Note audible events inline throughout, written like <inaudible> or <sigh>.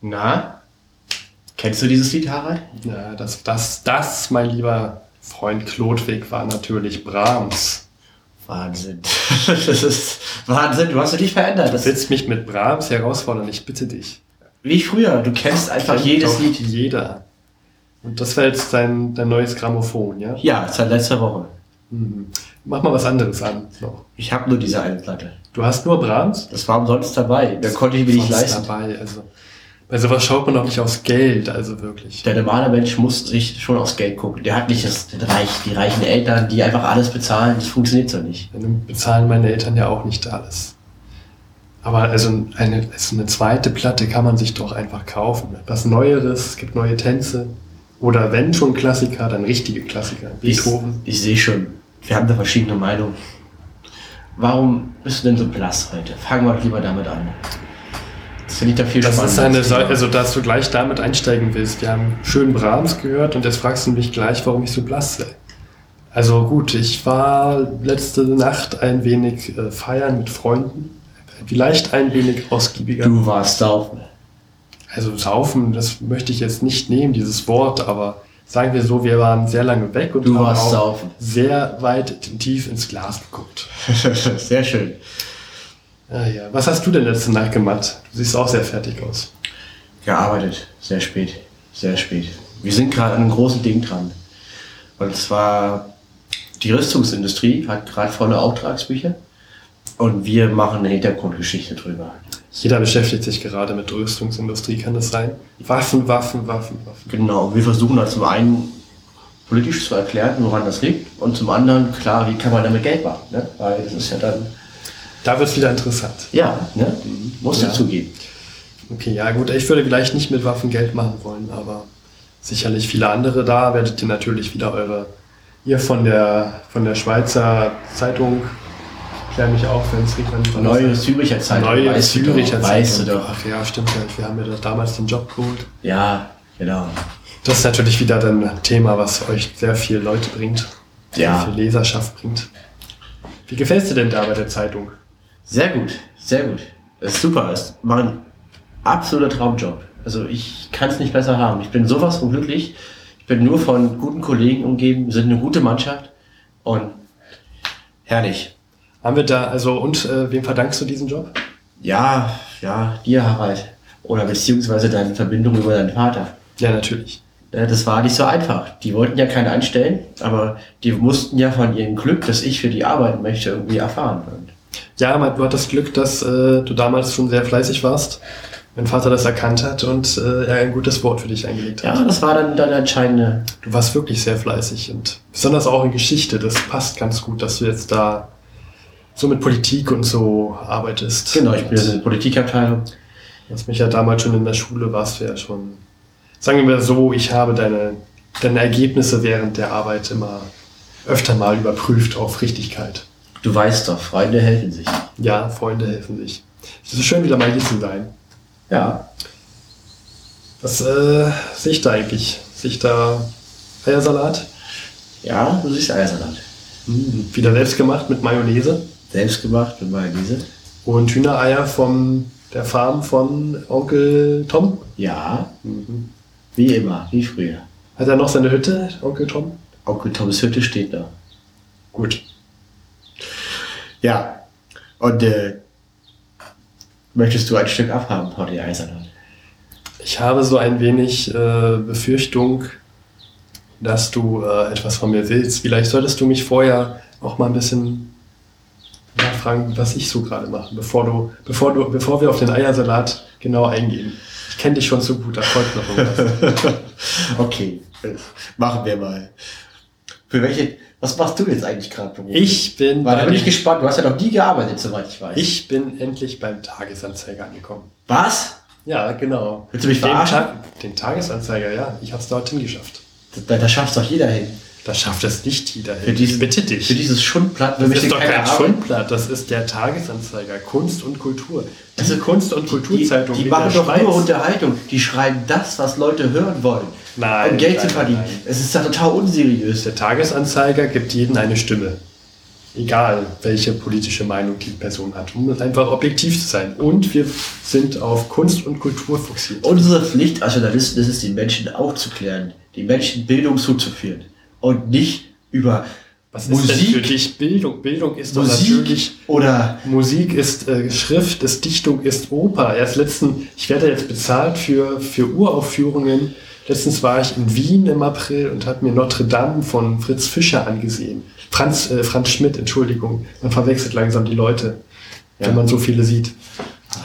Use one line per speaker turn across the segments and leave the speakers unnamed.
Na? Kennst du dieses Lied, Harald?
Ja, Äh, das, das, das, mein lieber Freund Klodwig, war natürlich Brahms.
Wahnsinn. <laughs> Das ist Wahnsinn, du hast dich verändert.
Du
Das ist
willst mich mit Brahms herausfordern, ich bitte dich.
wie früher, du kennst einfach
Kennt
jedes
doch
Lied.
Jeder. Und das war jetzt dein, dein neues Grammophon, ja?
Ja, seit letzter Woche.
Mhm. Mach mal was anderes an. So.
Ich habe nur diese eine Platte.
Du hast nur Brahms?
Das war umsonst dabei. Da konnte ich mir nicht
Sonst
leisten.
Dabei, also. Bei sowas schaut man doch nicht aufs Geld, also wirklich.
Der normale Mensch muss sich schon aufs Geld gucken. Der hat nicht das, den Reich, die reichen Eltern, die einfach alles bezahlen. Das funktioniert so nicht.
Dann bezahlen meine Eltern ja auch nicht alles. Aber also eine, also eine zweite Platte kann man sich doch einfach kaufen. Etwas Neueres, es gibt neue Tänze. Oder wenn schon Klassiker, dann richtige Klassiker. Beethoven.
Ich, ich sehe schon, wir haben da verschiedene Meinungen. Warum bist du denn so blass heute? Fangen wir doch lieber damit an. Das finde ich da viel
Das ist
spannender.
eine, Sa- also dass du gleich damit einsteigen willst. Wir haben schön Brahms gehört und jetzt fragst du mich gleich, warum ich so blass sei. Also gut, ich war letzte Nacht ein wenig äh, feiern mit Freunden. Vielleicht ein wenig ausgiebiger.
du warst saufen. <laughs>
Also saufen, das möchte ich jetzt nicht nehmen, dieses Wort, aber sagen wir so, wir waren sehr lange weg und
Du
haben
warst
auch
saufen.
sehr weit tief ins Glas geguckt.
Sehr schön.
Ah, ja. Was hast du denn letzte Nacht gemacht? Du siehst auch sehr fertig aus.
Gearbeitet. Sehr spät. Sehr spät. Wir sind gerade an einem großen Ding dran. Und zwar, die Rüstungsindustrie hat gerade volle Auftragsbücher. Und wir machen eine Hintergrundgeschichte drüber.
Jeder beschäftigt sich gerade mit Rüstungsindustrie, kann das sein? Waffen, Waffen, Waffen, Waffen.
Genau, wir versuchen das zum einen politisch zu erklären, woran das liegt, und zum anderen, klar, wie kann man damit Geld machen? Ne? Weil das ist ja dann,
Da wird wieder interessant.
ja, ne? muss
Ja.
dazugeben.
Okay, ja gut, ich würde vielleicht nicht mit Waffen Geld machen wollen, aber sicherlich viele andere da werdet ihr natürlich wieder eure ihr von der von der Schweizer Zeitung klär mich auf, wenn es regnet.
Neue Züricher Zeitung,
Neue
weißt du doch,
Züricher Zeitung.
weißt du doch.
Ach ja, stimmt ja. Wir haben ja da damals den Job geholt.
Ja, genau.
Das ist natürlich wieder dann ein Thema, was euch sehr viel Leute bringt,
Ja.
sehr viel Leserschaft bringt. Wie gefällst dir denn da bei der Zeitung?
Sehr gut, sehr gut. Das ist super, das war ein absoluter Traumjob. Also ich kann es nicht besser haben. Ich bin sowas von glücklich. Ich bin nur von guten Kollegen umgeben, wir sind eine gute Mannschaft und herrlich.
Haben wir da, also und äh, wem verdankst du diesen Job?
Ja, ja, dir Harald. Oder beziehungsweise deine Verbindung über deinen Vater.
Ja, natürlich.
Ja, Das war nicht so einfach. Die wollten ja keinen anstellen, aber die mussten ja von ihrem Glück, dass ich für die arbeiten möchte, irgendwie erfahren. Und
Ja, man- du hattest Glück, dass äh, du damals schon sehr fleißig warst. Mein Vater das erkannt hat und äh, er ein gutes Wort für dich eingelegt hat.
ja, das war dann, dann der entscheidende.
Du warst wirklich sehr fleißig und besonders auch in Geschichte, das passt ganz gut, dass du jetzt da so mit Politik und so arbeitest.
Genau, ich bin jetzt in der Politikabteilung.
Was mich ja damals schon in der Schule warst du ja schon. Sagen wir so, ich habe deine, deine Ergebnisse während der Arbeit immer öfter mal überprüft auf Richtigkeit.
Du weißt doch, Freunde helfen sich.
Ja, Freunde helfen sich. Es ist schön, wieder mal hier zu sein.
Ja.
Was äh, sehe ich da eigentlich? Sehe ich da Eiersalat?
Ja, du siehst Eiersalat.
Hm, wieder selbst gemacht mit Mayonnaise
Selbstgemacht und Mayonnaise.
und Hühnereier von der Farm von Onkel Tom.
Ja. mhm. Wie immer, wie früher.
Hat er noch seine Hütte, Onkel Tom?
Onkel Toms Hütte steht da.
Gut.
Ja. Und äh, möchtest du ein Stück abhaben, Party
<laughs>
Eiersalat?
Ich habe so ein wenig äh, Befürchtung, dass du äh, etwas von mir willst. Vielleicht solltest du mich vorher auch mal ein bisschen nachfragen, was ich so gerade mache, bevor du, bevor du, bevor wir auf den Eiersalat genau eingehen. Ich kenne dich schon so gut, da folgt noch irgendwas.
Okay, machen wir mal. Für welche, was machst du jetzt eigentlich gerade beruflich?
Ich bin,
Weil da
beim,
bin ich
ich,
gespannt, du hast ja noch nie gearbeitet, soweit ich weiß.
bin endlich beim Tagesanzeiger angekommen.
Was?
Ja, genau.
Willst du mich
den,
verarschen?
Ta- den Tagesanzeiger, ja. Ich habe es dorthin geschafft.
Da, da schafft doch jeder hin.
Das schafft es nicht jeder hin.
Für diesen-
Bitte dich.
Für dieses Schundblatt will
das
mich
ist
hier
doch kein
keiner haben.
Schundblatt, das ist der Tagesanzeiger. Kunst und Kultur. Diese Kunst- und
Die,
Kulturzeitung.
die
in
machen
der
doch
Schweiz.
nur Unterhaltung. Die schreiben das, was Leute hören wollen.
Nein,
um Geld
nein,
zu verdienen.
nein, nein.
Es ist ja total unseriös.
Der Tagesanzeiger gibt jedem eine Stimme. egal welche politische Meinung die Person hat, um einfach objektiv zu sein. Und wir sind auf Kunst und Kultur fokussiert.
Unsere Pflicht als Journalisten ist es, die Menschen aufzuklären, die Menschen Bildung zuzuführen und nicht über
Was ist denn für
Musik,
dich Bildung? Bildung ist doch natürlich
Musik oder
Musik ist äh, Schrift, ist Dichtung, ist Oper. Erst letzten, ich werde jetzt bezahlt für, für Uraufführungen. Letztens war ich in Wien im April und habe mir Notre Dame von Fritz Fischer angesehen. Franz, äh, Franz Schmidt, Entschuldigung. Man verwechselt langsam die Leute,
Ja.
wenn man so viele sieht.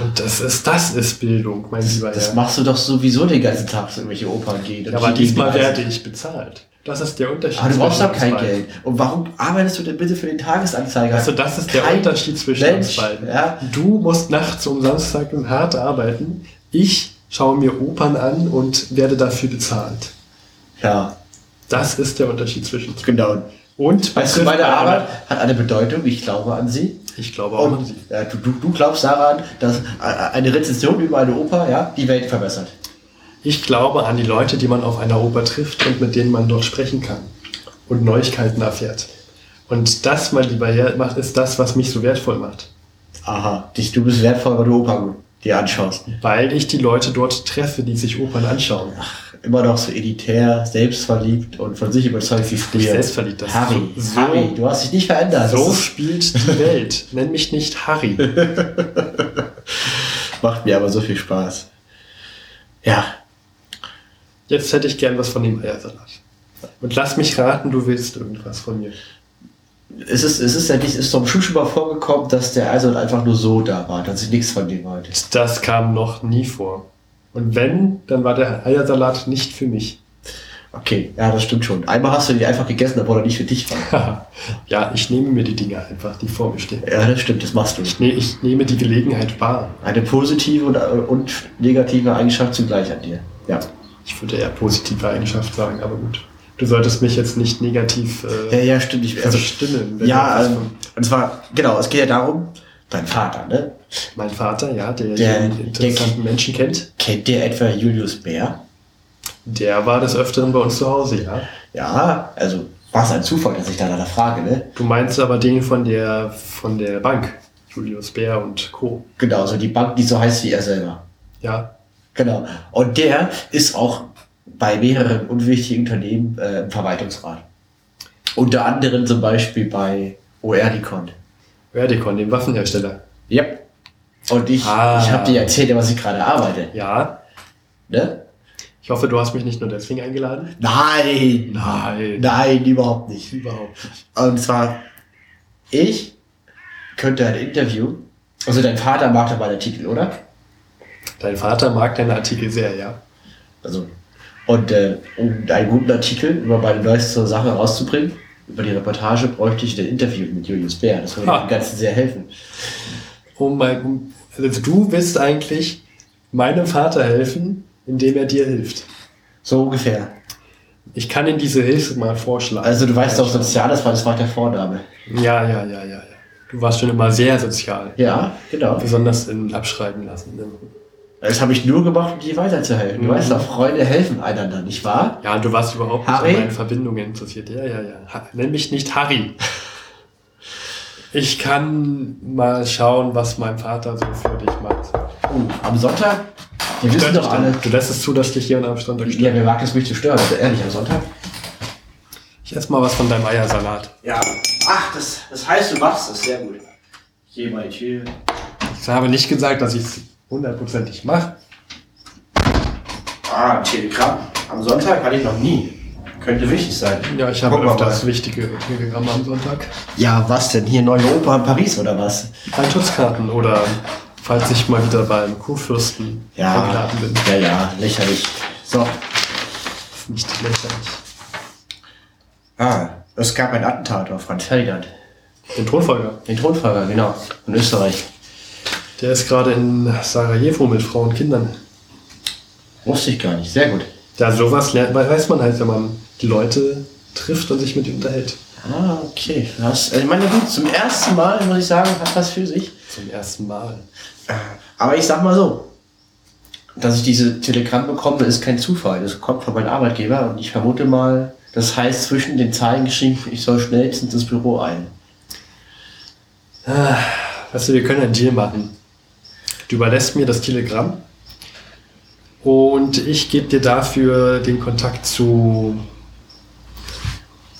Und das ist, das ist Bildung, mein lieber
das
Herr.
machst du doch sowieso den ganzen Tag, so irgendwelche Opern gehen. und
Ja, aber
die- die-
diesmal
die-
werde ich bezahlt. Das ist der Unterschied.
Aber du brauchst
zwischen
doch
uns
kein
beiden.
Geld. Und warum arbeitest du denn bitte für den Tagesanzeiger?
Also das ist der
Kein
Unterschied zwischen uns
Mensch,
beiden.
ja.
Du musst nachts um Samstag hart arbeiten. Ich schaue mir Opern an und werde dafür bezahlt.
Ja,
Das ist der Unterschied zwischen uns.
genau.
Und
Weißt du, meine Arbeit hat eine Bedeutung, ich glaube an sie.
Ich glaube auch an
Und
sie.
ja, du, du, du glaubst daran, dass äh, eine Rezension über eine Oper ja, die Welt verbessert.
Ich glaube an die Leute, die man auf einer Oper trifft und mit denen man dort sprechen kann und Neuigkeiten erfährt. Und das, mein lieber Herr, macht, ist das, was mich so wertvoll macht.
Aha, dich, du bist wertvoll, weil du Opern dir anschaust.
Weil ich die Leute dort treffe, die sich Opern anschauen.
Immer noch so elitär, selbstverliebt und von sich überzeugt wie früher.
selbstverliebt, das ist
Harry,
so-
Harry, du hast dich nicht verändert.
So
Das
spielt die Welt. Nenn mich nicht Harry.
<laughs> ist- macht mir aber so viel Spaß. Ja,
Jetzt hätte ich gern was von dem Eiersalat. Und lass mich raten, du willst irgendwas von mir.
es ist, es ist ja nicht, es ist doch bestimmt schon mal vorgekommen, dass der Eisern einfach nur so da war, dass ich nichts von dem wollte.
Das kam noch nie vor. Und wenn, dann war der Eiersalat nicht für mich. <laughs>
Okay, ja, das stimmt schon. Einmal hast du die einfach gegessen, obwohl er nicht für dich
<laughs>
war.
ja, ich nehme mir die Dinge einfach, die vor mir stehen.
Ja, das stimmt, das machst du.
Nee, ich nehme die Gelegenheit wahr.
Eine positive und, äh, und negative Eigenschaft zugleich an dir. Ja.
Ich würde eher positive Eigenschaft sagen, aber gut. Du solltest mich jetzt nicht negativ äh,
Ja, ja, stimmt. Ich, also,
verstimmen. wenn
ja,
du was
ähm,
von-
und zwar, genau, es geht ja darum, dein Vater, ne?
mein Vater, ja, der,
der-
jeden interessanten Menschen kennt,
Kennt der etwa Julius Bär?
der war des Öfteren bei uns zu Hause, ja.
Ja, also, was ein Zufall, dass ich da leider frage, ne?
Du meinst aber den von der, von der Bank, Julius Bär und Co.
Genau, so die Bank, die so heißt wie er selber.
Ja,
Genau. Und der ist auch bei mehreren unwichtigen Unternehmen äh, im Verwaltungsrat. Unter anderem zum Beispiel bei ORDicon.
Verdicon, dem Waffenhersteller.
Yep. Und ich,
Ah.
ich habe dir erzählt, an was ich gerade arbeite.
Ja,
Ne?
ich hoffe, du hast mich nicht nur deswegen eingeladen.
Nein!
Nein.
Nein, überhaupt nicht.
Überhaupt nicht.
Und zwar, ich könnte ein Interview. Also dein Vater mag doch mal Artikel, oder?
Dein Vater mag deine Artikel sehr, ja.
Also, und äh, um einen guten Artikel über meine neueste Sache rauszubringen, über die Reportage, bräuchte ich ein Interview mit Julius Bär. Das würde
Ha.
dem Ganzen sehr helfen.
Um mein, um, also du willst eigentlich meinem Vater helfen, indem er dir hilft.
So ungefähr.
Ich kann ihm diese Hilfe mal vorschlagen.
Also du weißt doch, Soziales war das war der Vorname.
Ja, ja, ja, ja, ja. Du warst schon immer sehr sozial.
Ja, genau.
Besonders in Abschreiben lassen. ne?
Das habe ich nur gemacht, um dir weiterzuhelfen. Du
Mhm.
weißt doch, Freunde helfen einander, nicht wahr?
Ja, und du warst überhaupt nicht
Harry?
an meinen Verbindungen interessiert. Ja, ja, ja. Ha Nenn mich nicht Harry. Ich kann mal schauen, was mein Vater so für dich macht.
Oh, am Sonntag? Wir wissen
Stört dich
doch alle.
denn? Du lässt es zu, dass dich hier und am Sonntag
Ja,
stört.
wer mag es mich zu stören? Also ehrlich, am Sonntag?
Ich esse mal was von deinem Eiersalat.
Ja. Ach, das, das heißt, du machst es sehr gut. Ich gehe mal in die Tür.
Ich habe nicht gesagt, dass ich es hundertprozentig mache.
Ah, ein Telegramm. Am Sonntag hatte ich noch nie. Könnte wichtig sein.
Ja, ich habe
Guck mal
öfters
mal.
wichtige Telegramme am Sonntag.
Ja, was denn? Hier neue Oper in Paris oder was?
Eintrittskarten oder falls ich mal wieder beim Kurfürsten
Ja,
eingeladen bin.
ja, ja, lächerlich. So.
Das ist nicht lächerlich.
Ah, es gab ein Attentat auf Franz Ferdinand.
Den Thronfolger.
Den Thronfolger, genau. In Österreich.
Der ist gerade in Sarajevo mit Frauen und Kindern.
Wusste ich gar nicht. Sehr gut.
Ja, sowas lernt, weil weiß man halt, wenn man die Leute trifft und sich mit ihnen unterhält.
Ah, okay. Das, ich meine, gut, zum ersten Mal, muss ich sagen, hat was für sich.
Zum ersten Mal.
Aber ich sag mal so, dass ich diese Telegramm bekomme, ist kein Zufall. Das kommt von meinem Arbeitgeber und ich vermute mal, das heißt zwischen den Zeilen geschrieben, ich soll schnellstens ins Büro eilen.
Ah, Weißt du, wir können einen Deal machen. Du überlässt mir das Telegramm und ich gebe dir dafür den Kontakt zu,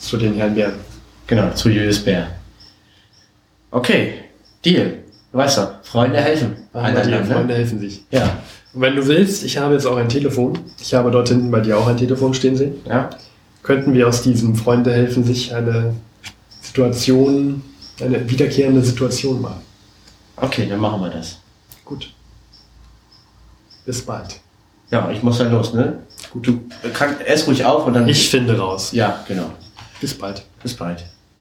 zu den Herrn Bären.
Genau, zu Julius Bär. Okay, Deal. Du weißt doch, Freunde helfen.
Die
Einander,
Freunde
ne?
helfen sich.
Ja,
Und wenn du willst, ich habe jetzt auch ein Telefon. Ich habe dort hinten bei dir auch ein Telefon stehen sehen.
ja.
Könnten wir aus diesem Freunde helfen sich eine Situation, eine wiederkehrende Situation machen.
Okay, dann machen wir das.
Gut. Bis bald.
Ja, ich muss dann los, ne? Gut, du kann, ess ruhig auf und dann.
Ich finde raus.
Ja, genau.
Bis bald.
Bis bald.